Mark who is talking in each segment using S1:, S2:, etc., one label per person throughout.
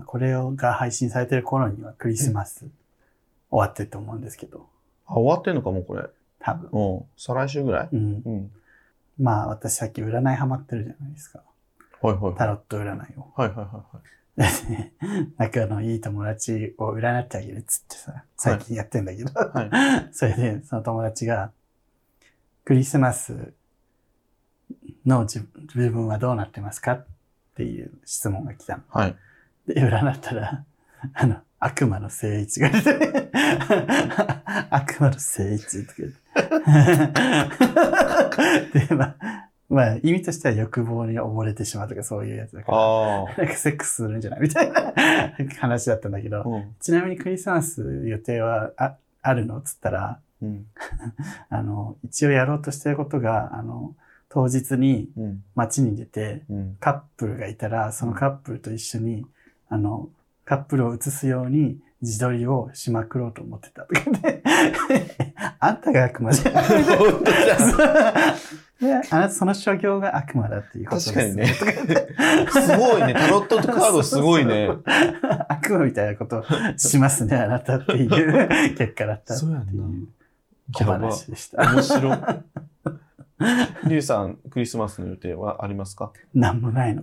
S1: これをが配信されてる頃にはクリスマス終わってると思うんですけど、
S2: あ、終わってんのか、もうこれ。
S1: 多分。
S2: うん。再来週ぐらい
S1: うん。
S2: うん。
S1: まあ私さっき占いハマってるじゃないですか。
S2: はいはいは
S1: タ
S2: い。
S1: ロット占いを。
S2: はいはいはいはい。
S1: ですね。仲のいい友達を占ってあげるっつってさ、最近やってんだけど。
S2: はい
S1: それで、その友達が、クリスマスの自自分はどうなってますかっていう質問が来たの。
S2: はい。
S1: で、占ったら、 あの、悪魔の聖一が出て、 悪魔の聖一とか言って。 で、まあ、まあ、意味としては欲望に溺れてしまうとかそういうやつだから。
S2: あ
S1: なんかセックスするんじゃないみたいな 話だったんだけ
S2: あ。
S1: ど、
S2: うん。
S1: ちなみにクリスマス予定はああるのっつったら、
S2: うん。
S1: あの、一応やろうとしてることが、あの、当日に
S2: うん。
S1: 街に出て、
S2: うん。
S1: カップルがいたら、そのカップルと一緒に、あの、カップルを映すように自撮りをしまくろうと思ってたとか ね。あんたが悪魔じゃん。
S2: 本当だ
S1: であなたその所業が悪魔だっていうことです
S2: 確かに ね。すごいね。タロットとカードすごいね。
S1: 悪魔みたいなことしますね、あなたって いう結果だったって
S2: そうやん
S1: い
S2: な
S1: う小話でした。
S2: 面白い。リュウさん、クリスマスの予定はありますか
S1: なんもないの。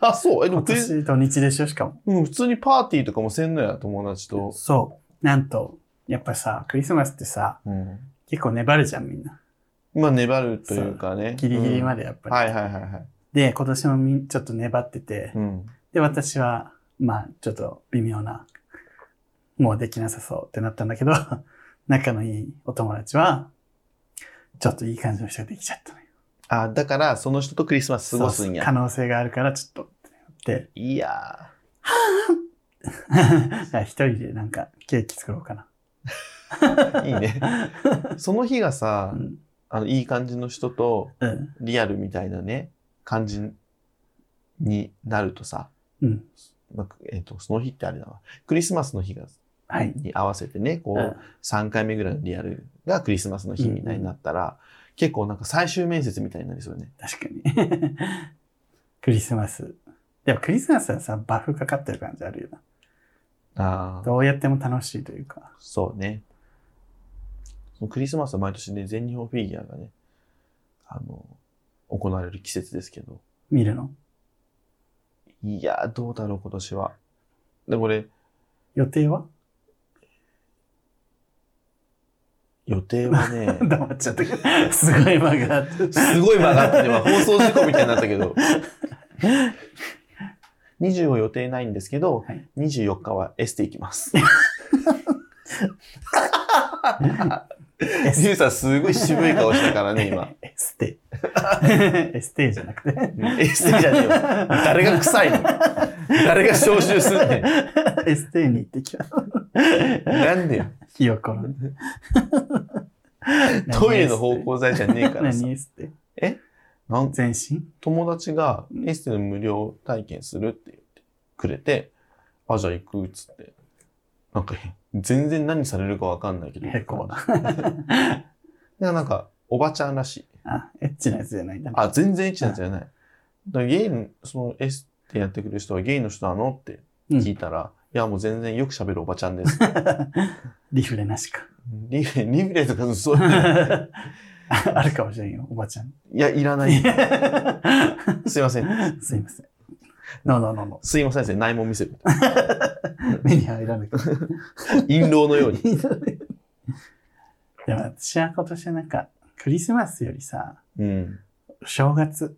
S2: あ、そう。え、で
S1: 今
S2: もクリ
S1: 年土日でしょ、しかも。
S2: うん、普通にパーティーとかもせんのや、友達と。
S1: そう。なんと、やっぱさ、クリスマスってさ、
S2: うん。
S1: 結構粘るじゃん、みんな。
S2: まあ、粘るというかね。
S1: ギリギリま
S2: で。
S1: でやっぱり。
S2: はいはいはいはい。
S1: で、今年もみちょっと粘ってて、
S2: うん。
S1: で、私は、まあ、ちょっと微妙な、もうできなさそうってなったんだけど、 仲のいいお友達は、ちょっといい感じの人ができちゃったのよ
S2: あ、だから、その人とクリスマス過ごすん
S1: そう
S2: や。
S1: 可能性があるから、ちょっとって
S2: いや
S1: なって。一人でなんかケーキ作ろうかな。
S2: ー、いい ね。その日がさ
S1: う、ん。
S2: あの、いい感じの人と
S1: うん。
S2: リアルみたいなね、感じになるとさ、
S1: うん。
S2: まあえっ、と、その日ってあれだわ。クリスマスの日が、
S1: はい。
S2: に合わせてね、
S1: う
S2: こ
S1: ん
S2: う、3回目ぐらいのリアルがクリスマスの日みたいになったら、結構なんか最終面接みたいになりそうよね。
S1: 確かに。 クリスマス。でもクリスマスはさ、バフかかってる感じあるよな。
S2: ああ、
S1: どうやっても楽しいというか。
S2: そうね。そのクリスマスは毎年ね、全日本フィギュアがね、あの、行われる季節ですけど、
S1: 見るの
S2: いやー、どうだろう、今年は。で、これ、
S1: 予定は
S2: 予定はね、
S1: 黙っちゃったけど。すごい間があって。
S2: すごい曲がってね、まあ放送事故みたいになったけど。25予定ないんですけど、
S1: はい
S2: 24日はエステ行きます。
S1: エ
S2: リュ
S1: ス
S2: ウさんすごい渋い顔したからね、 今。
S1: エステ。エステじゃなくて。
S2: エステじゃねえわ。誰が臭いの誰が消臭すんねん。
S1: エステに行ってきた。
S2: なんでよ。
S1: ひよこの。
S2: トイレの芳香剤じゃねえからさ。
S1: 何エステ
S2: なん
S1: 全身
S2: 友達がエステの無料体験するって言ってくれて、あ、じゃあ行くっつって。なんか、全然何されるかわかんないけど。
S1: へこ
S2: だ。からなんか、おばちゃんらしい。
S1: あ、エッチなやつじゃないんだね。
S2: あ、全然エッチなんじゃない。だからゲイの、そのエステやってくる人はゲイの人なのって
S1: うん
S2: 聞いたら、いや、もう全然よく喋るおばちゃんです。
S1: リフレなし か。
S2: リフレ、リフレとかそう いうの
S1: あるかもしれんよ、おばちゃん。
S2: いや、いらない。すいません。
S1: すいません。ノーノーノーノ
S2: すいません、先生内門見せる。
S1: ー。目に入らなくて。
S2: 陰謀のように。
S1: でも私は今年なんか、クリスマスよりさ、
S2: うん。
S1: 正月、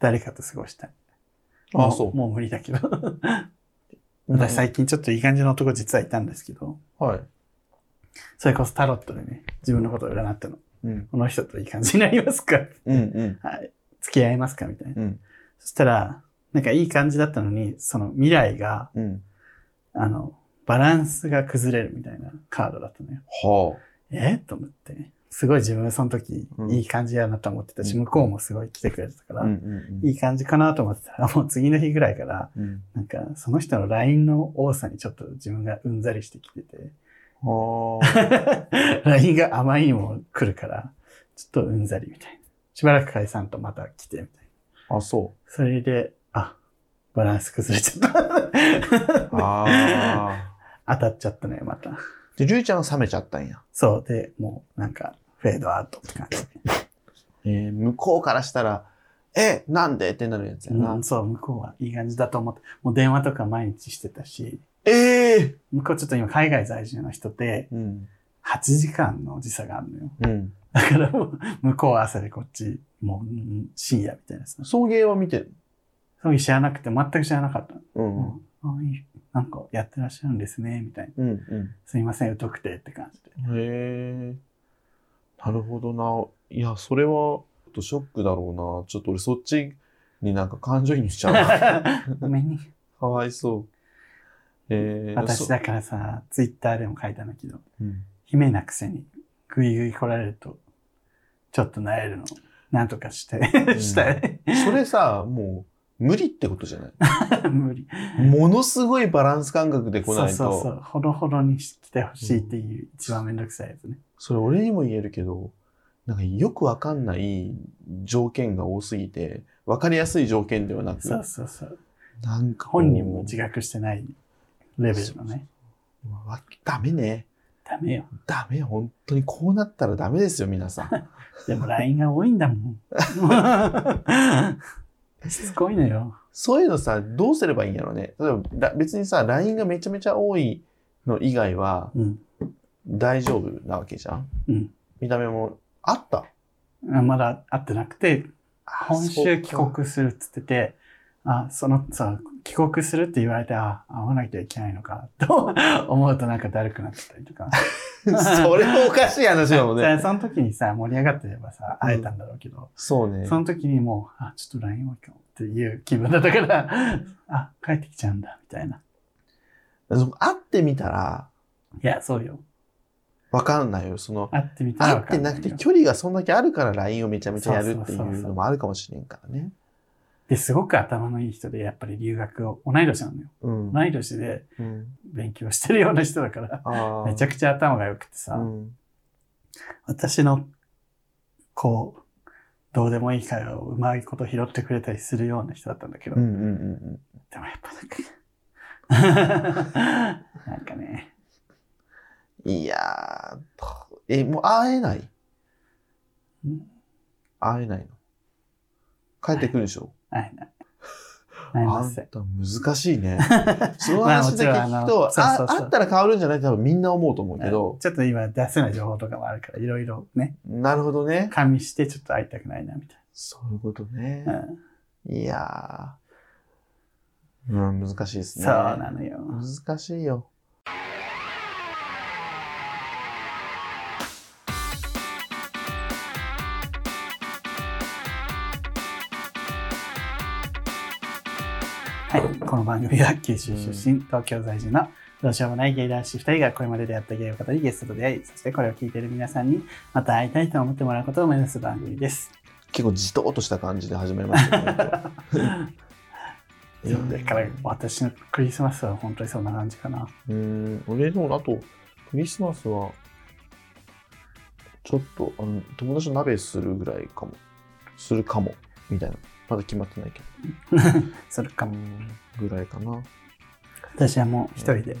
S1: 誰かと過ごしたい。
S2: あ
S1: も
S2: そう
S1: もう無理だけど。私最近ちょっといい感じの男実はいたんですけど、
S2: はい。
S1: それこそタロットでね、自分のことを占ったの。
S2: うん。
S1: この人といい感じになりますか
S2: うんうん。
S1: はい。付き合いますかみたいな。
S2: うん。
S1: そしたら、なんかいい感じだったのに、その未来が、
S2: うん。
S1: あの、バランスが崩れるみたいなカードだったのよ。
S2: は
S1: えと思って。すごい自分その時、
S2: うん
S1: いい感じやなと思ってたし、
S2: うん
S1: 向こうもすごい来てくれてたか
S2: あ。
S1: ら、
S2: うんうん
S1: いい感じかなと思ってた ら、もう次の日ぐらいから、
S2: うん。うん
S1: なんか、その人の LINE の多さにちょっと自分がうんざりしてきて て、
S2: はあ。
S1: LINE があまりにも来るから、ちょっとうんざりみたいな。しばらく解散とまた来て、みたいな。
S2: あ、そ
S1: それで、あ、バランス崩れちゃった。
S2: あ
S1: 当たっちゃったね、また。
S2: あ。で、りゅうちゃんは冷めちゃったんや。
S1: そう。で、もう、なんか、フェードアウトって感じ。
S2: えー向こうからしたら、え、なんでってなるやつやな。
S1: うん、そう、向こうはいい感じだと思って。もう電話とか毎日してたし、
S2: ええ
S1: 向こうちょっと今海外在住の人で、
S2: うん。
S1: 8時間の時差があるのよ。
S2: うん。
S1: だからもう、向こうは朝でこっち、もううん深夜みたいなさ。
S2: 送迎は見てる。
S1: そういう知らなくて、全く知らなかったの。
S2: う
S1: う。んあいいなんかやってらっしゃるんですね、みたいな。
S2: うん。うん。
S1: すいません、疎くてって 感じで。
S2: へえ。なるほどな。いや、それは、ちょっとショックだろうな。ちょっと俺そっちになんか感情移入しちゃう な。
S1: ごめんね。
S2: かわいそう。えー、
S1: 私
S2: そ
S1: だからさ、ツイッターでも書いたんだけど、
S2: うん。
S1: 姫なくせに、ぐいぐい来られると、ちょっと慣れるの。なんとかして、 したい。
S2: それさ、もう、無理ってことじゃない
S1: 無理。
S2: ものすごいバランス感覚で来ないと。
S1: そうそうそう。ほどほどに来てほしいっていう、一番めんどくさいやつね。
S2: それ俺にも言えるけど、なんかよくわかんない条件が多すぎて、わかりやすい条件ではなく、
S1: そうそうそう。
S2: なんかこう
S1: 本人も自覚してないレベルのね。
S2: わダメね。
S1: ダメよ。
S2: ダメ。本当にこうなったらダメですよ、皆さん。
S1: でも LINE が多いんだもん。しつこいのよ。
S2: そういうのさ、どうすればいいんやろうね。例えばだ別にさ、LINE がめちゃめちゃ多いの以外は
S1: うん。
S2: 大丈夫なわけじゃん。
S1: うん。
S2: 見た目も、あった。
S1: あまだ会ってなくて、
S2: あ
S1: 今週帰。国するっつってて、あ、その、さ、帰国するって言われて、あ、会わなきゃいけないのか、と 思うとなんかだるくなってたりとか。
S2: そっかそれもおかしい話だもん
S1: だか
S2: ね。
S1: ら その時にさ、盛り上がってればさ、会えたんだろうけど、
S2: そうね。
S1: その時にもう、あ、ちょっと LINE を今日っていう気分だったから、あ、帰ってきちゃうんだ、みたいな。
S2: そ会ってみたら、
S1: いや、そうよ。
S2: わかんないよ。その、
S1: 会ってみたら
S2: 会
S1: わ
S2: っ
S1: か
S2: て
S1: ん
S2: な
S1: よ
S2: くて距離がそんだけあるから LINE をめちゃめちゃやるってい
S1: そうそうそう
S2: う
S1: そう
S2: のもあるかもしれんからね。
S1: で、すごく頭のいい人で、やっぱり留学を、同い年なのよ。
S2: うん。
S1: 同い年で
S2: うん
S1: 勉強してるような人だから、
S2: あ
S1: めちゃ
S2: くち
S1: くちゃ頭が良くてさ、私の、こう、どうでもいい会話をうまいこと拾ってくれたりするような人だったんだけど、
S2: うんうん
S1: で
S2: うん
S1: もやっぱなんか、 なんかね、
S2: うん。いやー、とえ、もう会えない
S1: うん
S2: 会えないの。帰ってくるでしょ
S1: 会えない。会え
S2: あ
S1: ま
S2: ん
S1: せん。
S2: た難しい ね。その
S1: まあも
S2: 話
S1: ち
S2: だけ
S1: ろん
S2: 聞く
S1: あの
S2: と、
S1: そうそう
S2: あ
S1: そう
S2: あったら変わるんじゃないって多分みんな思うと思うけ
S1: ち
S2: ど
S1: ょ、っと今出せない情報とかもあるから、いろいろね、
S2: なるほどね。
S1: 加味してちょっと会いたくないな、みたい
S2: そういうことね。
S1: な。うん
S2: いやー、うん、難しいで
S1: そ
S2: す
S1: う
S2: ね。
S1: なのよ。
S2: 難しいよ。
S1: はい。この番組は九州出身、東京在住のどうしようもないゲイ男子2人がこれまで出会ったゲイを語りゲストと出会い、そしてこれを聞いている皆さんにまた会いたいと思ってもらうことを目指す番組です。
S2: 結構じとっとした感じで始めましたね。 いや
S1: だから私のクリスマスは本当にそんな感じかな。
S2: うん、俺でもあと、クリスマスは、ちょっとあの友達と鍋するぐらいかも。するかも。みたいな。まだ決まってないけど。
S1: それかも。
S2: うんぐらいかな。
S1: 私はもう一人で、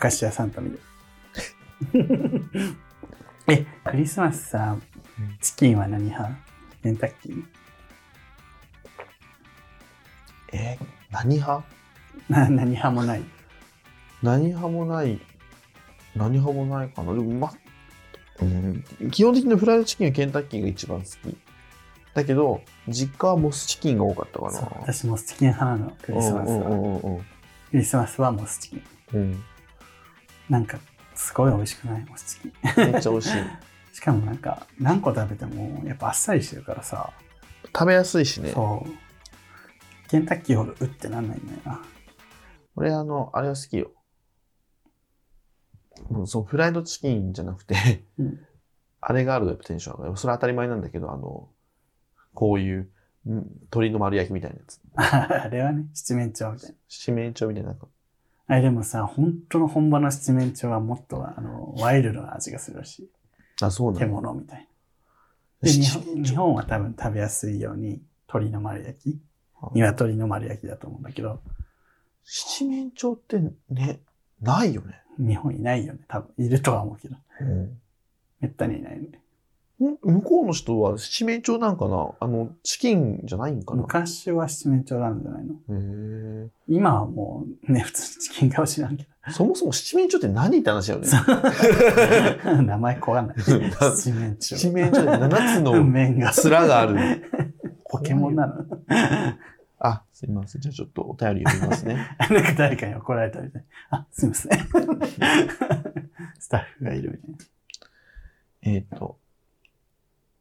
S1: 明石家サンタ見 る。え、クリスマスさ、チキンは何派ケンタッキー
S2: え、何派
S1: な何派もない。
S2: 何派もない。何派もないかな。でも、ま、うん、基本的にフライドチキンはケンタッキーが一番好き。だけど、実家はモスチキンが多かったかな。
S1: そう私もスチキン派なの、クリスマス
S2: うんう
S1: は。
S2: んうんうん
S1: クリスマスはもうスチキン。
S2: うん。
S1: なんか、すごい美味しくないもちチキン。
S2: めっちゃ美味しい。
S1: しかもなんか、何個食べても、やっぱあっさりしてるからさ、
S2: 食べやすいしね。
S1: そう。ケンタッキーほどうってなんないんだよ な。
S2: 俺、あの、あれは好きよ。もうそう、フライドチキンじゃなくて、
S1: うん
S2: あれがあるとやっぱテンション上がる。それは当たり前なんだけど、あの、こういう、うん鶏の丸焼きみたいなやつ。
S1: あれはね、七面鳥みたいな。
S2: 七面鳥みたいな。なんか
S1: あれでもさ、本当の本場の七面鳥はもっと、あの、ワイルドな味がするらしい。
S2: あ、そうな
S1: 手
S2: の
S1: 物みたいな。で、日
S2: 七
S1: 本
S2: 面
S1: 日
S2: 鳥
S1: 本は多分食べやすいように、鶏の丸焼き
S2: あ
S1: 鶏の丸焼きだと思うんだけど、
S2: 七面鳥ってね、ないよね。
S1: 日本いないよね。多分、いるとは思うけど。めったにいないよね。
S2: ん向こうの人は七面鳥なんかなあの、チキンじゃないんかなへ
S1: 昔は七面鳥なんじゃないの
S2: え
S1: 今はもう、ね、普通にチキンかもしれんけど。
S2: そもそも七面鳥って何って話だよね。
S1: 名前怖がんない。七面鳥。
S2: 七面鳥って7つの
S1: 面が。
S2: 面がある。
S1: ポケモンなの
S2: あ、すいません。じゃあちょっとお便り読みます ね。
S1: なんか誰かに怒られたみたい。あ、すいません。スタッフがいるみたいな。
S2: えっと、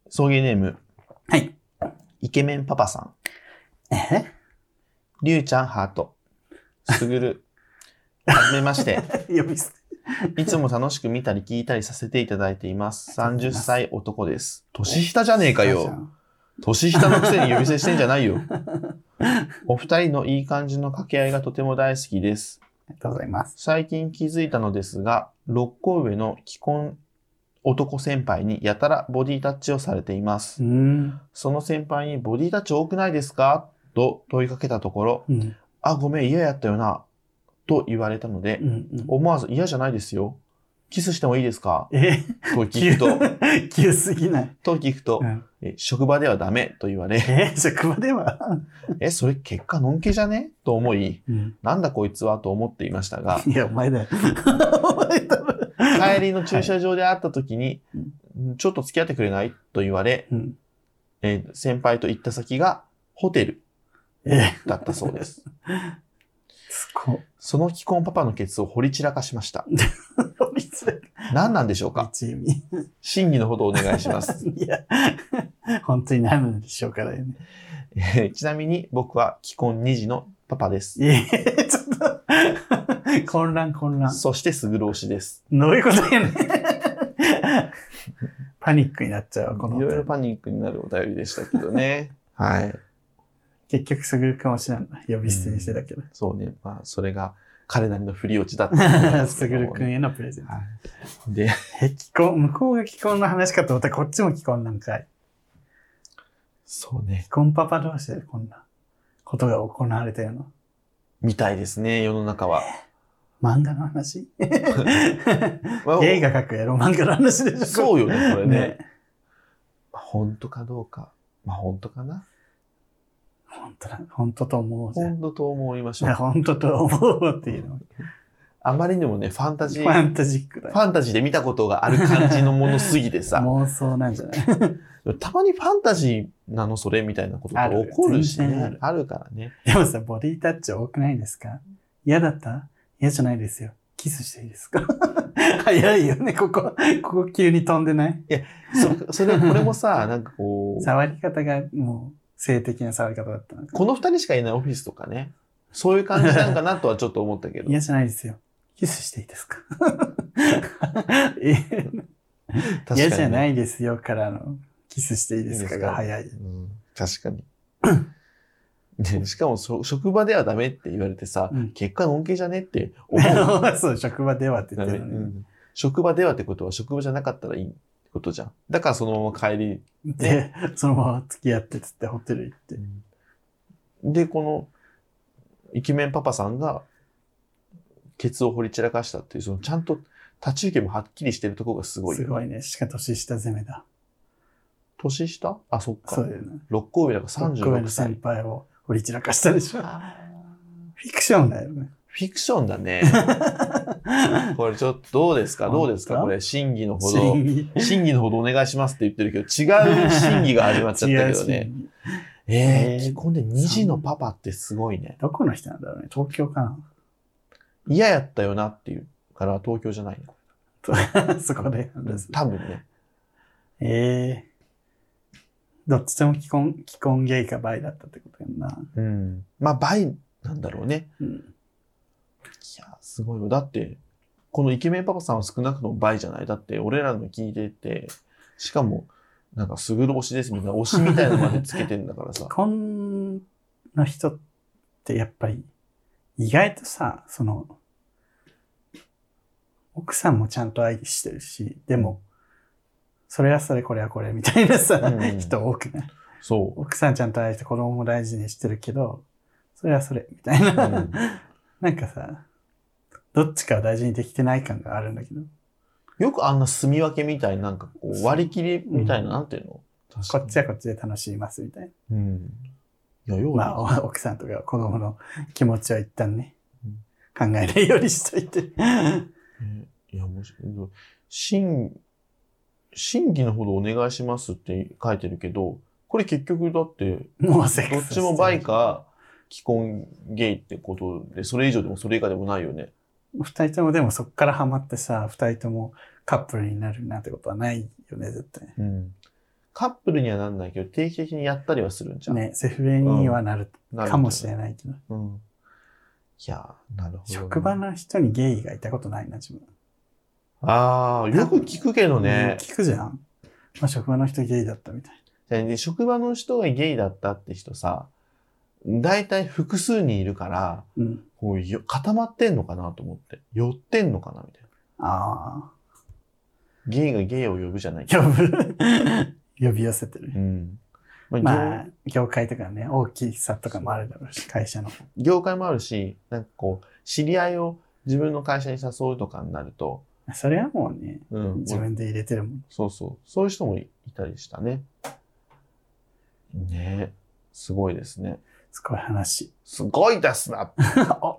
S2: 送迎ネーム、
S1: はい。
S2: イケメンパパさん。
S1: え
S2: りゅうちゃんハート。すぐる。はじめまして。
S1: 呼び捨て。
S2: いつも楽しく見たり聞いたりさせていただいています。30歳男です。年下じゃねえかよ。。年下のくせに呼び捨てしてんじゃない よ。お二人のいい感じの掛け合いがとても大好きです。
S1: ありがとうございます。
S2: 最近気づいたのですが、六甲上の既婚男先輩にやたらボディタッチをされています
S1: う。ん。
S2: その先輩にボディタッチ多くないですかと問いかけたところ、
S1: うん。
S2: あ、ごめん、嫌やったよな、と言われたので
S1: う、ん。
S2: 思わず嫌じゃないですよ。キスしてもいいですか
S1: え
S2: と聞くと、
S1: 急、急すぎない。
S2: と聞くと
S1: う、ん
S2: え職場ではダメと言われ、
S1: え職場では。
S2: え、それ結果のんけじゃねと思い、
S1: うん
S2: なんだこいつはと思っていました が、
S1: いや、お前だよ。お前だろ。
S2: 帰りの駐車場で会った時に
S1: は、
S2: んちょっと付き合ってくれないと言われ、
S1: うん
S2: えー先輩と行った先がホテル
S1: え
S2: だったそうです。
S1: すごい。
S2: その既婚パパのケツを掘り散らかしました。
S1: こいつら
S2: 何なんでしょうか
S1: 一味
S2: 真偽のほどお願いします。
S1: いや、本当に何なんでしょうからよね。
S2: えーちなみに僕は既婚2児のパパです。
S1: いやいやちょっと、混乱混乱。
S2: そしてすぐる推しです。
S1: どういうことやねんパニックになっちゃうわ、この
S2: いろいろパニックになるお便りでしたけどね。はい。
S1: 結局、すぐるくんは知らんな。呼び捨てにしてたけど。
S2: そうね。まあ、それが彼なりの振り落ちだったと思うんで す
S1: す
S2: け
S1: ぐ
S2: ど
S1: る
S2: も
S1: くんへのプレゼント。
S2: はい。で、
S1: え、既婚、向こうが既婚の話かと思ったら、こっちも既婚なんかい。
S2: そうね。
S1: 既婚パパ同士でこんなことが行われたような。
S2: みたいですね、世の中は。
S1: 漫画の 話
S2: まあ
S1: ゲイが描くエロ漫画の話でしょ
S2: そうよね、これね。
S1: ね
S2: まあ本当かどうか。まあ、本当かな。
S1: 本当だ、本当と思うじゃん。
S2: 本当と思いまし
S1: い
S2: ょ
S1: や
S2: う。
S1: 本当と思うっていうの。
S2: あまりにもね、ファンタジ
S1: フ
S2: ー、
S1: ァ
S2: フ
S1: ンタジックだよ。
S2: ァンタジーで見たことがある感じのものすぎてさ、
S1: 妄想なんじゃない
S2: たまにファンタジーなのそれみたいなことが起こるし
S1: ある全然あ
S2: ね
S1: る、
S2: あるからね。
S1: でもさ、ボディタッチ多くないですか嫌だった嫌じゃないですよ。キスしていいですか 早いよね、ここ。ここ急に飛んでない
S2: そそれ、これもさ、なんかこう、
S1: 触り方がもう性的な触り方だったのか。
S2: この二人しかいないオフィスとかね、そういう感じなんかなとはちょっと思ったけど
S1: 嫌、じゃないですよ。キスしていいです かえ
S2: 確かにね
S1: 嫌じゃないですよからのキスしていいです
S2: い
S1: か
S2: いですか
S1: が早い。
S2: うん確かに。でしかもそ、職場ではダメって言われてさ、
S1: うん
S2: 結果の恩恵じゃねって思 う。
S1: そう、職場ではって言
S2: ダ
S1: っ
S2: メ
S1: て
S2: う
S1: るのに。
S2: ん職場ではってことは職場じゃなかったらいいことじゃん。だからそのまま帰り。
S1: で、そのまま付き合ってっつってホテル行って。
S2: で、この、イケメンパパさんが、ケツを掘り散らかしたっていう、そのちゃんと立ち受けもはっきりしてるところがすごいよ。
S1: すごいね。しかも年下攻めだ。
S2: 年下あ、そっか。
S1: そうだよね。
S2: 六甲上だから
S1: 六個上
S2: 36
S1: の
S2: 歳
S1: 先。輩を掘り散らかしたでしょ。
S2: あ
S1: フィクションだよね。
S2: ーフィクション だね。これちょっとどうですかどうですか
S1: 本当
S2: これ、審議のほど
S1: 真。偽。
S2: 審議のほどお願いしますって言ってるけど、違う審議が始まっちゃ ったけどね。
S1: 真偽
S2: え
S1: えー
S2: ー、既婚で2児のパパってすごいね。
S1: どこの人なんだろうね。東京かな。
S2: 嫌やったよなっていうから東京じゃないの。
S1: そこで判断する。
S2: 多分ね。
S1: ええどっちとも既婚、既婚ゲイかバイだったってことやんな。
S2: うん。まあ、倍なんだろうね。
S1: うん。
S2: いや、すごいよ。だって、このイケメンパパさんは少なくとも倍じゃない。だって、俺らの聞いてて、しかも、なんか、すぐる推しですみたいな、推しみたいなのまでつけてんだからさ
S1: 既。婚の人ってやっぱり意外とさ、その、奥さんもちゃんと愛してるし、でも、それはそれ、これはこれみたいなさ、
S2: うん
S1: 人多くない
S2: そ
S1: 奥さんちゃんと愛して子供も大事にしてるけど、それはそれみたいな、
S2: うん
S1: なんかさ、どっちかを大事にできてない感があるんだけど、
S2: よくあんな住み分けみたいな、なんかこう割り切りみたいな、なんていうの確
S1: こ
S2: か
S1: っ
S2: に
S1: ちはこっちで楽しみますみたい
S2: うん。いや、よう、
S1: な。まあ、お 奥さんとか子供の気持ちは一旦ね
S2: う、
S1: 考えないようにしといて。
S2: ねいや、もし、でも新、新規のほどお願いしますって書いてるけど、これ結局だって、
S1: もうセッ
S2: ど
S1: ク
S2: っ
S1: ス。
S2: ちもバイ。か、既婚ゲイってことで、それ以上でもそれ以下でもないよね。
S1: 二人ともでもそっからハマってさ、二人ともカップルになるなんてことはないよね、絶対。
S2: うん。カップルにはなんないけど、定期的にやったりはするんじゃん。
S1: ね、セフレにはなる
S2: なるんじゃない
S1: かもしれないけど。
S2: うん。いや、なるほどね、
S1: 職場の人にゲイがいたことないな、自分。
S2: ああ、よく聞くけど
S1: うん
S2: ね。
S1: 聞くじゃん。まあ、職場の人ゲイだったみたい。
S2: じゃあね職場の人がゲイだったって人さ、大体複数にいるから、
S1: うん。
S2: こうよ固まってんのかなと思って。寄ってんのかなみたいな。
S1: あ
S2: ゲイがゲイを呼ぶじゃない け
S1: あ。
S2: ど。
S1: 呼ぶ。呼び寄せて
S2: う
S1: る。
S2: ん。まあ、
S1: まあ、業界とかね、大きさとかもあるだろうし、会社の。
S2: 業業界もあるし、なんかこう、知り合いを自分の会社に誘うとかになると、
S1: それはもうね、
S2: うん。
S1: 自分で入れてるもん。
S2: そうそう。そういう人もいたりしたね。ねえ。すごいですね。
S1: すごい話。
S2: すごいですな
S1: あ、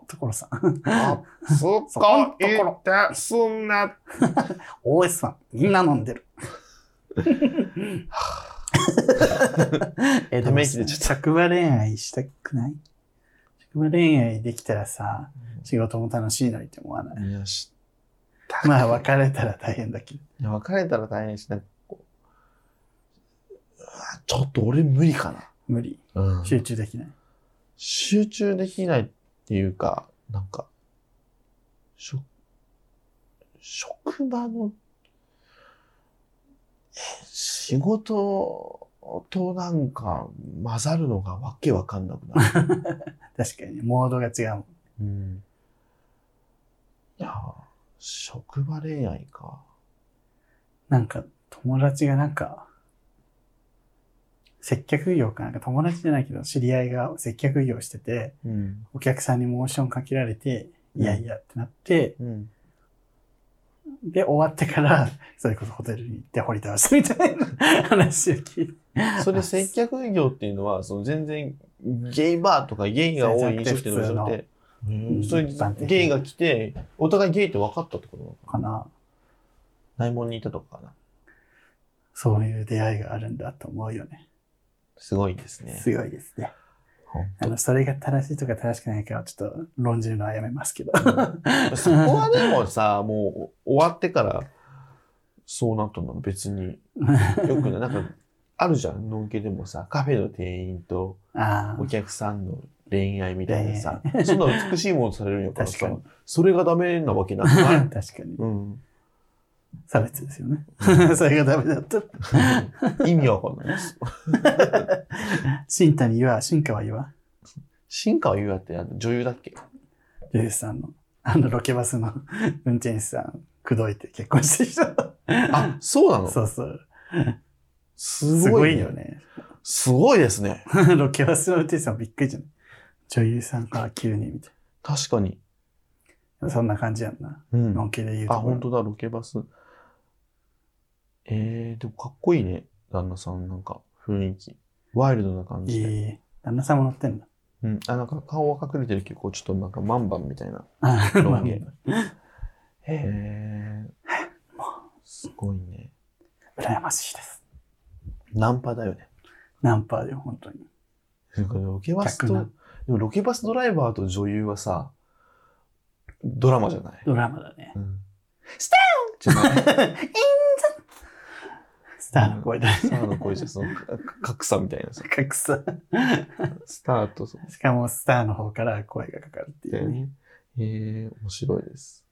S1: 所さん。
S2: あ、すっ
S1: そこんとこ
S2: ごい
S1: ろ
S2: ですな。
S1: 大江さん、みんな飲んでる。え
S2: ため息出ちゃっ
S1: 職場恋愛したくない職場恋愛できたらさ、仕事も楽しいのにって思わない。
S2: いや、し、
S1: まあ、別れたら大変だけど。
S2: いや別れたら大変し、なんかこううわちょっと俺無理か
S1: 無理。
S2: な。
S1: 集中できない。
S2: 集中できないっていうか、なんか、職、職場の、え仕事となんか混ざるのがわけわかんなくなる。
S1: 確かにね、モードが違うもん。
S2: うん。いやー、職場恋愛か。
S1: なんか、友達がなんか、接客業かなんか友達じゃないけど、知り合いが接客業してて、
S2: うん。
S1: お客さんにモーションかけられて、いやいやってなって、
S2: うん。
S1: で、終わってから、 それこそホテルに行って掘り倒したみたいな話を聞いて。
S2: それ接客業っていうのは、その全然ゲイバーとかゲイが多い飲食店の人じゃなくて、
S1: の
S2: うんそう
S1: 一般的
S2: い
S1: な
S2: うゲイが来て、お互いゲイって分かったってことなの
S1: かな。
S2: 内門にいたとかかな。
S1: そういう出会いがあるんだと思うよね。
S2: すごいですね。
S1: すごいですね。
S2: ほん
S1: あの、それが正しいとか正しくないかはちょっと論じるのはやめますけ ど。
S2: とそこはでもさ、もう終わってから、そうなったの別によくない。なんか、あるじゃん、のんけでもさ、カフェの店員と、
S1: ああ
S2: お。客さんの恋愛みたいなさ
S1: 恋、愛
S2: そんな美しいものとされるんやから
S1: 確
S2: さ
S1: かに、
S2: それがダメなわけなくな
S1: 確
S2: い
S1: かに。
S2: うん。
S1: 差別ですよね。 それがダメだったら。
S2: 意味わかんないです。
S1: 新谷優愛、新川優愛、
S2: 新川優愛ってあの女優だっ け
S1: ジュースさんの、あのロケバスの運転手さん、口説いて結婚してきた。
S2: あ、そうなの
S1: そうそう。
S2: す
S1: す
S2: ご
S1: ご
S2: い,、
S1: いよ
S2: よね。
S1: ね。
S2: すごいですね。
S1: ロケバスの運転手さんびっくりじゃない女優さんから急に、みたい
S2: 確かに。
S1: な。そんな感じやんな。
S2: うん
S1: のんけで言うと
S2: あ、
S1: ころ。
S2: 本当だ、ロケバス。えー、でもかっこいいね。旦那さん、なんか雰囲気。ワイルドな感
S1: い
S2: じで。
S1: い。旦那さんも乗ってんだ。
S2: うん。あ、なんか顔は隠れてるけど、こうちょっとなんかマンバンみた いな。
S1: あ
S2: ロン毛
S1: まあ
S2: へえ。すごいね。
S1: 羨ましいです。
S2: ナンパだよね。
S1: ナンパで本当に。
S2: ロケバスと、
S1: 逆
S2: で
S1: な
S2: もロケバスドライバーと女優はさ、ドラマじゃない。
S1: ドラマだ ね。
S2: うん。
S1: ス
S2: ターじゃない。
S1: スターの声だ
S2: スター
S1: ね。
S2: の声じゃ、その、か格差みたいなさ。
S1: 格差。
S2: スターとそう
S1: しかもスターの方から声がかかるっていうね。
S2: へえ面白いです。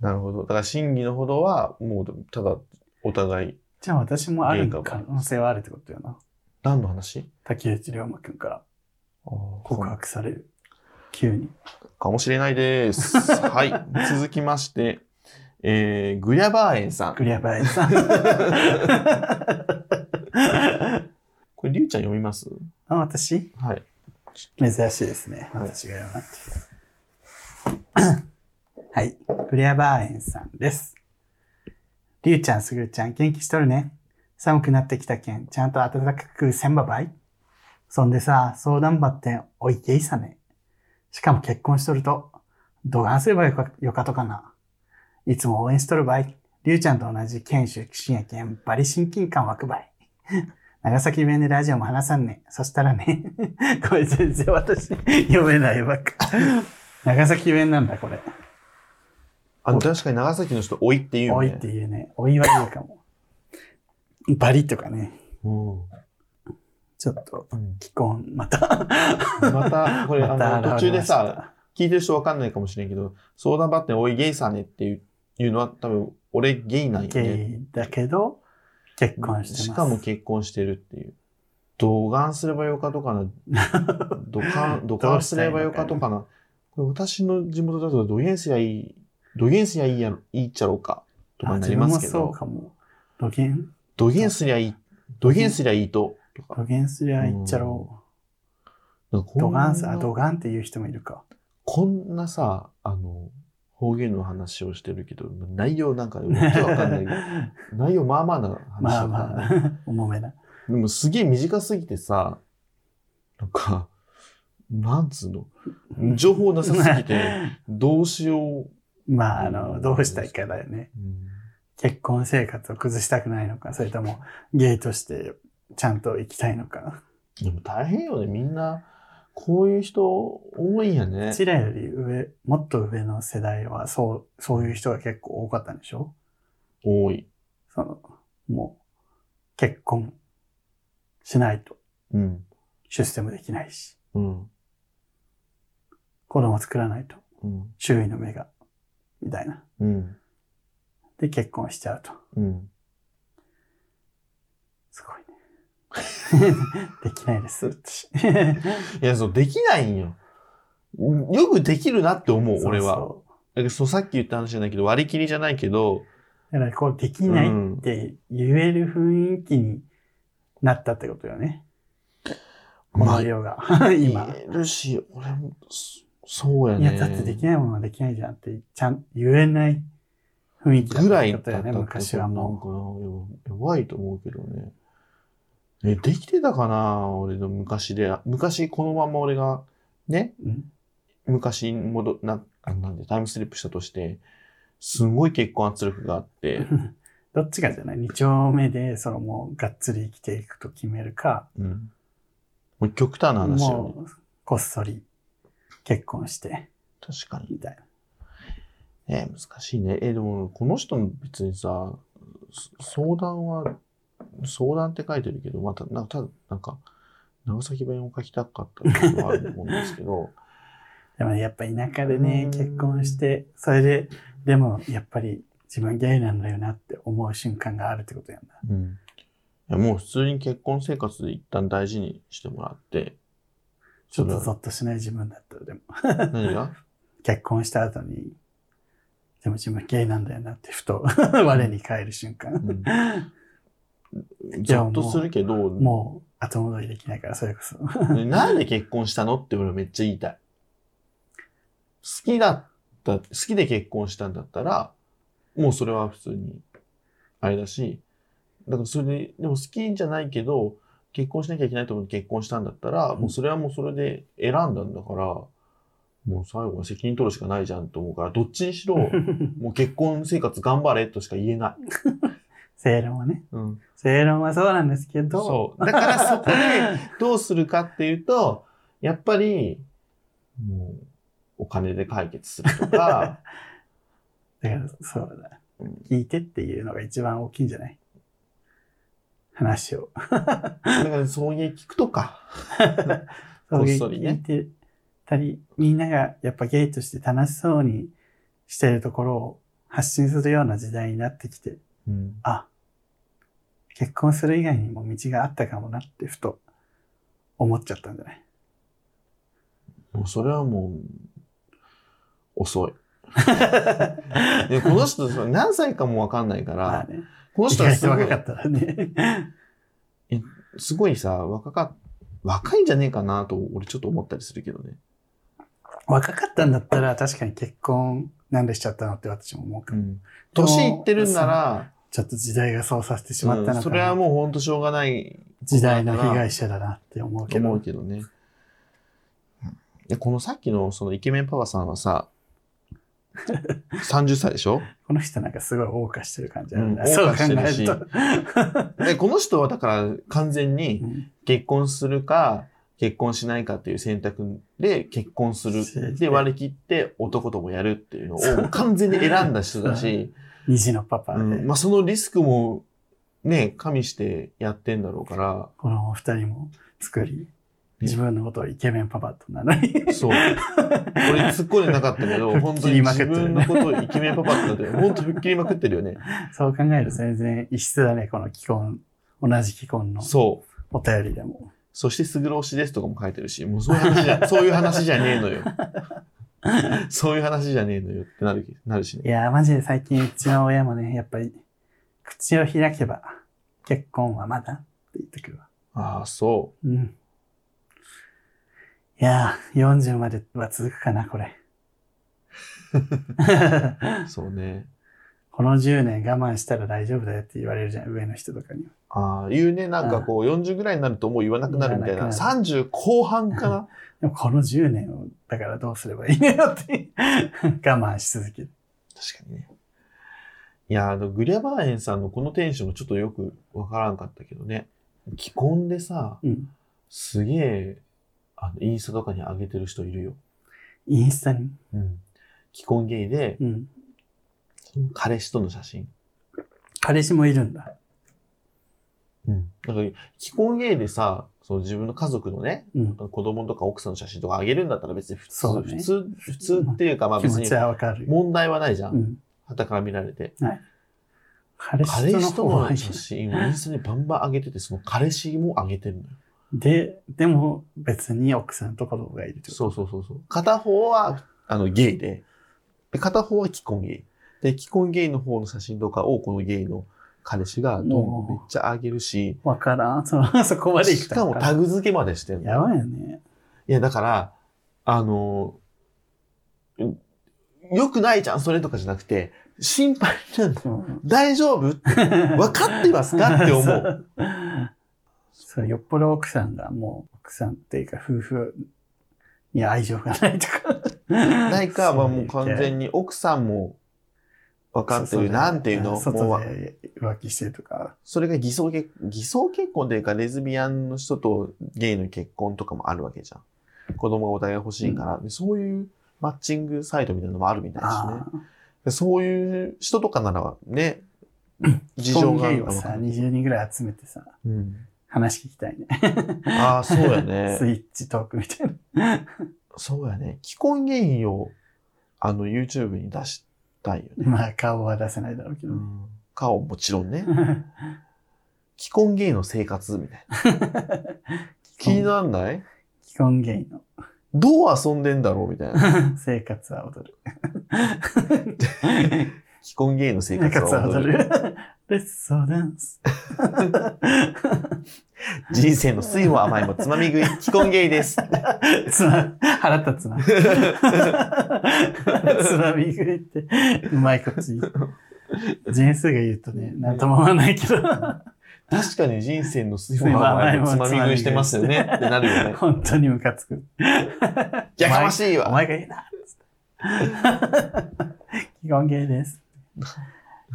S2: なるほど。だから、真偽のほどは、もう、ただ、お互い、
S1: じゃあ私もある可能性はあるってことよな。
S2: 何の話
S1: 竹内涼真くんから告
S2: 告
S1: 白される。急に。
S2: かもしれないです。はい。続きまして、 えー、グリャバーエンさん。
S1: クリアバイさん。
S2: これ、りゅうちゃん読みます
S1: あ、私
S2: はい。
S1: 珍しいですね。
S2: はい
S1: 私が言わなくて。はい。クレアバーエンさんです。りゅうちゃん、すぐるちゃん、元気しとるね。寒くなってきたけん、ちゃんと暖かくせんばばい。そんでさ、相談ばってんおいけいさね。しかも結婚しとると、どがんすればよかよかとかな。いつも応援しとるばい。りゅうちゃんと同じ県出身やけん、バリ親近感湧くばい。長崎弁でラジオも話さんね。そしたらね、これ全然私読めないわ。長崎弁なんだ、これ。
S2: あの、確かに長崎の人、おいって言うよ
S1: お
S2: ね。
S1: いっていうね。おいは言うかも。バリとかね。
S2: うん。
S1: ちょっと、既婚、また。
S2: また、これ、あ
S1: また
S2: の、途中
S1: 現れ
S2: で
S1: ま
S2: さ
S1: し、
S2: 聞いてる人わかんないかもしれんけど、相談ばってん、おい、ゲイさねっていういうのは、多分、俺、ゲイなんよ
S1: ゲ
S2: ね。
S1: イだけど、結婚してます。
S2: しかも結婚してるっていう。どがんすればよかとかな。どか ん、どかんすればよかとかな。これ、私の地元だと、どげんすりゃいい、どげんすりゃいいやろ、いいっちゃろうか、とか
S1: あ
S2: にな
S1: 自
S2: り
S1: 分
S2: ます
S1: も
S2: け
S1: そう
S2: ど、
S1: かも。土源
S2: どげんすりゃいい、どげんすりゃいいと、とか。
S1: 土源すりゃいっちゃろ
S2: なんか
S1: う。
S2: こ
S1: 土
S2: んな
S1: ンさ、あ、土ンっていう人もいるか。
S2: こんなさ、あの、方言の話をしてるけど、内容なんかよくわかんないけど内容まあまあな話
S1: ま
S2: だ
S1: あ
S2: から、
S1: まあ、重めな。
S2: でもすげえ短すぎてさ、なんか、なんつうの、情報なさすぎて、 どうしよう。
S1: まあ、あの、どうしたいかだよね。
S2: うん
S1: 結婚生活を崩したくないのか、それともゲイとしてちゃんと生きたいのか。
S2: でも大変よね、みんな。こういう人多いんやね
S1: う。ちらより上、もっと上の世代はそう、そういう人が結構多かったんでしょ
S2: 多い。
S1: その、もう、結婚しないと
S2: うん。
S1: 出世もできないし、
S2: うん。
S1: 子供作らないと
S2: うん。
S1: 周囲の目が、みたいな。
S2: うん。
S1: で、結婚しちゃうと。
S2: うん。
S1: すご いね。できないです、私。
S2: いや、そう、できないんよ。よくできるなって思う、俺は。
S1: そうそう
S2: だからそうさっき言った話じゃないけど、割り切りじゃないけど、
S1: だから、こう、できないっ
S2: うん
S1: て言える雰囲気になったってことよね。こ
S2: ま
S1: の
S2: あ、
S1: 量が。 今。
S2: 言えるし、俺も、そそうや
S1: い
S2: ね。
S1: や、だってできないものはできないじゃんって、ちゃん、言えない雰囲気だっ
S2: ぐらい
S1: た
S2: だ
S1: っ
S2: っ
S1: こと
S2: てた
S1: よね、昔はも
S2: もう。なんかな、やばいと思うけどね。え、できてたかな俺の昔で。昔、このまま俺が、ね、
S1: う。うん
S2: 昔に戻、な、あなんで、タイムスリップしたとして、すごい結婚圧力があって、
S1: どっちがじゃない二丁目で、そのもう、がっつり生きていくと決めるか、
S2: うん。もう極端な話よね。
S1: もう、こっそり結婚して、
S2: 確かに。
S1: みたいな。
S2: えー、難しいね。えーでも、この人も別にさ、そ相談は、相談って書いてるけど、また、なんか、ただ、なんか、長崎弁を書きたかったっていうのはあると思うんですけ ど、
S1: でもねやっぱ田舎でね
S2: う、ん
S1: 結婚して、それで、でも、やっぱり自分ゲイなんだよなって思う瞬間があるってことやんな。
S2: うん。いや、もう普通に結婚生活で一旦大事にしてもらって、
S1: ちょっとゾ
S2: そ
S1: ッとしない自分だったら、でも、
S2: れは何が
S1: 結婚した後に、でも自分ゲイなんだよなって、ふ と我に返る瞬間。
S2: うん。ゾッとするけど、
S1: もう、後戻りできないから、それこそ。
S2: ねなんで結婚したのって俺はめっちゃ言いたい。好きだった、好きで結婚したんだったら、もうそれは普通に、あれだし、だからそれで、でも好きじゃないけど、結婚しなきゃいけないと思って結婚したんだったら、
S1: うん
S2: もうそれはもうそれで選んだんだから、もう最後は責任取るしかないじゃんと思うから、どっちに しろ、もう結婚生活頑張れとしか言えない。
S1: 正論はね。
S2: うん。
S1: 正論はそうなんですけど、
S2: そう。だから そこで、どうするかっていうと、やっぱり、もう、お金で解決すると か、
S1: だから、そうだ
S2: うん。
S1: 聞いてっていうのが一番大きいんじゃない話を。
S2: だからそういう聞くとか、こっそりね
S1: そう聞いてたり、みんながやっぱゲイとして楽しそうにしてるところを発信するような時代になってきて、あ、結婚する以外にも道があったかもなってふと思っちゃったんじゃ ない
S2: もうそれはもう、遅い。でこの人、その何歳かもわかんないか
S1: まあ
S2: ら、
S1: ね。
S2: この
S1: 意
S2: 人は
S1: 外
S2: す
S1: と
S2: ご
S1: 若
S2: い
S1: か、ったらね。
S2: すごいさ、若かっ、若いんじゃねえかなと、俺ちょっと思ったりするけどね。
S1: 若かったんだったら確かに結婚なんでしちゃったのって私も思うかも
S2: 年いってるんなら、
S1: ちょっと時代がそうさせてしまった
S2: う
S1: の
S2: ん
S1: か
S2: それ
S1: な、
S2: はもう本当しょうがない
S1: 時代の被害者だなって思う
S2: と
S1: け
S2: 思
S1: ど
S2: うけどね。でこのさっきのそのイケメンパワーさんはさ、30歳でしょ
S1: この人なんかすごい謳歌してる感じある
S2: うん
S1: ね、そう考
S2: 謳歌
S1: え
S2: して
S1: る
S2: る
S1: と、
S2: でこの人はだから完全に
S1: うん
S2: 結婚するか結婚しないかっていう選択で結婚するで割り切って男ともやるっていうのを完全に選んだ人 だし、
S1: 虹のパパで、
S2: うんまあ、そのリスクもね加味してやってんだろうか
S1: このお二人も作り自分のことをイケメンパパと名乗り
S2: らそう俺突っ込んでなかったけど本当に自分のことをイケメンパパって言って本当吹っ切りまくってるよね
S1: そう考えると全然一室だね、この既婚、同じ既婚の
S2: そう
S1: お便りでも。
S2: そして「すぐろ推しです」とかも書いてるしもうそういう話じゃそういう話じゃねえのよそういう話じゃねえのよってなるなるしね
S1: いやー、マジで最近うちの親もね、やっぱり、口を開けば、結婚はまだって言ってくるわ。
S2: ああ、そ
S1: うん。いやー、40までは続くかな、これ。
S2: う。そうね。
S1: この10年我慢したら大丈夫だよって言われるじゃん、上の人とかには。
S2: ああ、言うね。なんかこう、40ぐらいになるともう言わなくなるみたい
S1: 言
S2: な。
S1: わなく
S2: 30後半かな
S1: でもこの10年を、だからどうすればいいのよって、我慢し続ける。
S2: 確かにね。いや、あの、グリャバーエンさんのこのテンションもちょっとよくわからんかったけどね。既婚でさ、
S1: うん。
S2: すげえ、あの、インスタとかに上げてる人いるよ。
S1: インスタに。
S2: うん。既婚ゲイで、
S1: うん。
S2: 彼氏との写真。
S1: 彼氏もいるんだ。
S2: うん。なんか、既婚ゲイでさ、その自分の家族のね、
S1: うん。
S2: 子供とか奥さんの写真とか上げるんだったら別に普通、
S1: そうね
S2: 普通、普通っていうか、まあ
S1: 気
S2: 別
S1: 持
S2: に
S1: ちはわかる。
S2: 問題はないじゃ。
S1: うんん。
S2: 旗から見られて。
S1: 彼氏
S2: 彼
S1: との
S2: 氏と
S1: 方は
S2: の写真をインスタにバンバン上げてて、その彼氏も上げてるのよ。
S1: で、でも別に奥さんと子供がいるってこと
S2: そうそうそうそう。片方は、あの、ゲイで、で片方は既婚ゲイ。で、既婚ゲイの方の写真とかを、このゲイの彼氏がどんどんめっちゃ上げるし、
S1: わからん。そ のそこまで行
S2: し
S1: った
S2: か
S1: の
S2: も
S1: か
S2: タグ付けまでしてんの。
S1: やばいよね。
S2: いや、だから、あの、うん良くないじゃん、それとかじゃなくて、心配なんだ。
S1: うん
S2: 大丈夫分かってますかって思。
S1: そうう。そう、よっぽど奥さんがもう、奥さんっていうか夫婦に愛情がないとか。
S2: ないか、まあもう完
S1: に
S2: 全に奥さんも分かってる、なんていうの、も
S1: 外
S2: う、
S1: で浮気してるとか。
S2: それが偽装結、偽装結婚というか、レズビアンの人とゲイの結婚とかもあるわけじゃん。子供がお互い欲しいから、でそういうマッチングサイトみたいなのもあるみたいですね
S1: あ。あ。
S2: でそういう人とかならね、事
S1: コ
S2: 情
S1: ン
S2: があ
S1: ゲイ
S2: る
S1: を
S2: かもわ
S1: さ、
S2: かんない。
S1: 20人ぐらい集めてさ、
S2: うん、
S1: 話聞きたいね。
S2: ああ、そうやね
S1: ス。イッチトークみたいな。
S2: そうやね。既婚ゲイを、あの、YouTube に出したいよね。
S1: まあ、顔は出せないだろうけど
S2: う
S1: ね。
S2: ん、顔もちろんね。既婚ゲイの生活みたいな。気になんない
S1: 既婚ゲイ の
S2: どう遊んでんだろうみた いな。
S1: 生活は踊る。
S2: 既婚ゲイの生
S1: 生
S2: 活
S1: 活は踊
S2: は踊る。
S1: る。レッツソーダンス。
S2: 人生の酸いも甘いもつまみ食い、既婚ゲイです。
S1: つま、腹立つな。つまみ食いって、うまいこと言 う。人数が言うとね、なんとも思わないけど。
S2: 確かに人生の酸いも甘いもつまみ食いしてますよねってなるよ ね。
S1: 本当にムカつく。
S2: やかましい
S1: お
S2: わ。
S1: 前がいいなっつって。 基本ゲイです。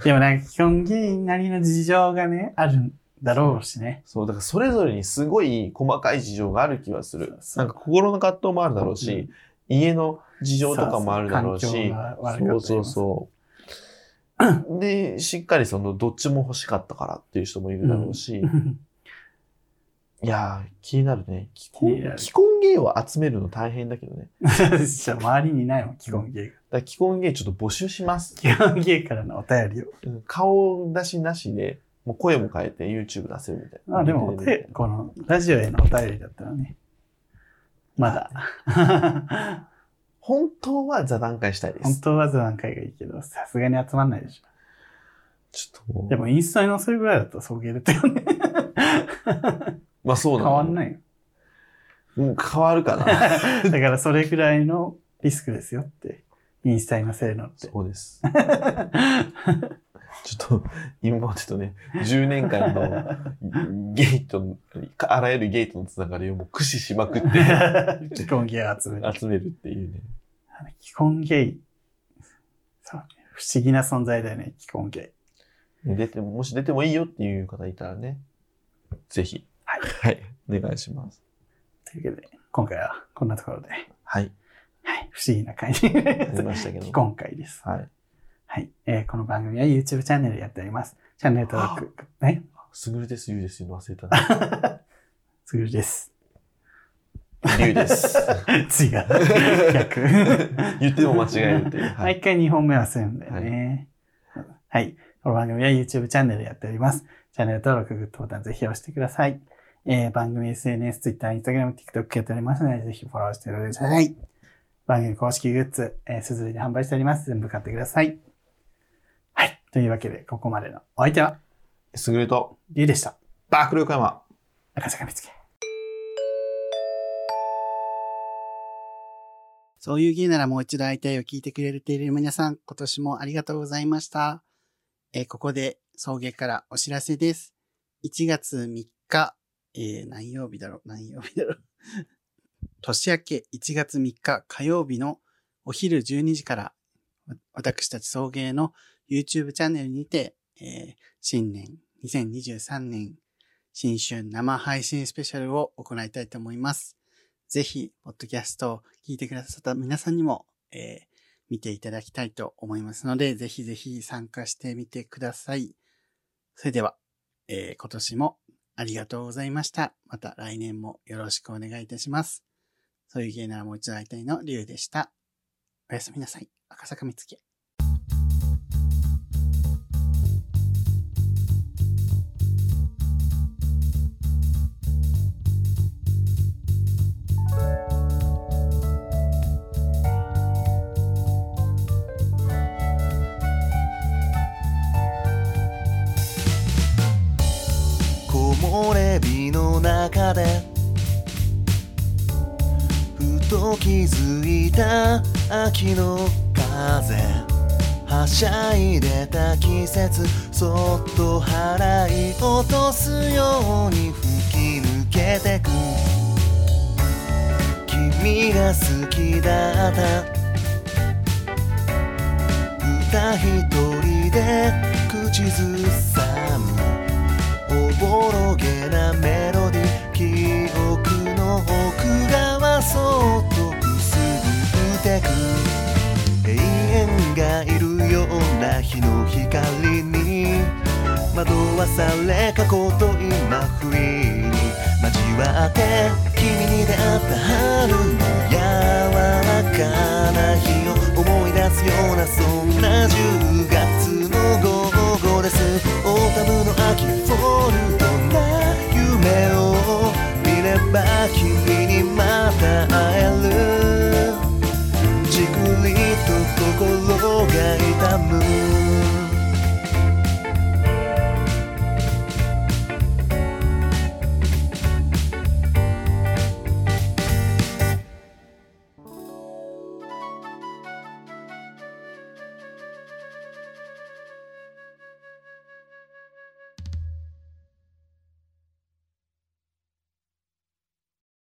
S1: でもなんか基本ゲイなりの事情がね、あるんだろうしね。
S2: そう、だからそれぞれにすごい細かい事情がある気がする。
S1: そ
S2: な
S1: うん
S2: か心の葛藤もあるだろうし、家の事情とかもあるだろう
S1: そうそう環
S2: し
S1: 境が。悪かったり
S2: そうそう
S1: も
S2: そう。で、しっかりその、どっちも欲しかったからっていう人もいるだろうし。いやー、気になるね。既
S1: 気にな
S2: 婚
S1: る
S2: 既婚ゲイを集めるの大変だけどね。
S1: じゃあ周りにいないもん、基本ゲイが。
S2: だから既婚ゲイちょっと募集します。
S1: 基本ゲイからのお便りを。
S2: うん顔出しなしで、もう声も変えて YouTube 出せるみたいな。
S1: まあでも、お
S2: テレビ
S1: 便このラジオへのお便りだったらね、ま だ。
S2: 本当は座談会したいで
S1: 本
S2: す。
S1: 当は座談会がいいけど、さすがに集まんないでしょ。
S2: ちょっともう
S1: でもインスタに載せるぐらいだったら送迎だったよね。
S2: まあそう
S1: 変
S2: なの
S1: わんないよ。
S2: うん変わるかな。
S1: だからそれぐらいのリスクですよって、インスタに載せるのって。
S2: そうです。ちょっと、今までとね、10年間の ゲートの、あらゆるゲートのつながりをもう駆使しまくって
S1: 既婚ゲイを集める。
S2: 集めるっていうね。
S1: 既婚ゲイ。そうね。不思議な存在だよね、既婚ゲイ。
S2: 出ても、もし出てもいいよっていう方いたらね、ぜひ、
S1: はい
S2: はい、お願いします。
S1: というわけで、今回はこんなところで、
S2: はい、
S1: はい、不思議な回に、
S2: ありましたけど。
S1: 既婚会です。
S2: はい。
S1: はい、えーこの番組は YouTube チャンネルやっております。チャンネル登録、ね、
S2: すぐるです、ゆうです、言うの忘れたな。
S1: すぐるです。
S2: りゅう です。
S1: 違う。逆。
S2: 言っても間違えるっていう。はい。
S1: 毎回2本目はするんだよね。はい、この番組は YouTube チャンネルやっております。チャンネル登録、グッドボタンぜひ押してください。えー番組 SNS、Twitter、Instagram、TikTok やっておりますので、ぜひフォローしてください。番組公式グッズ、えー、すずりで販売しております。全部買ってください。はい。というわけで、ここまでのお相手は、
S2: すぐると、
S1: りゅうでした。
S2: 爆力山。
S1: 赤坂見つけ。そういう芸ならもう一度会いたいを聞いてくれている皆さん、今年もありがとうございました。えーここで送迎からお知らせです。1月3日、えー何曜日だろう何曜日だろう 年明け1月3日火曜日のお昼12時から、わ私たち送迎の YouTube チャンネルにて、えー新年2023年新春生配信スペシャルを行いたいと思います。ぜひ、ポッドキャストを聞いてくださった皆さんにも、えー見ていただきたいと思いますので、ぜひぜひ参加してみてください。それでは、えー今年もありがとうございました。また来年もよろしくお願いいたします。そういう芸ならもう一度会いたいのりゅうでした。おやすみなさい。赤坂みつけ。
S3: 木漏れ日の中でふと気づいた秋の風はしゃいでた季節そっと払い落とすように吹き抜けてく君が好きだった歌一人で口ずさむおぼろげなメロディ記憶の奥側そっとくすぐってく永遠がいるような日の光に惑わされ過去と今不意に交わって君に出会った春の柔らかな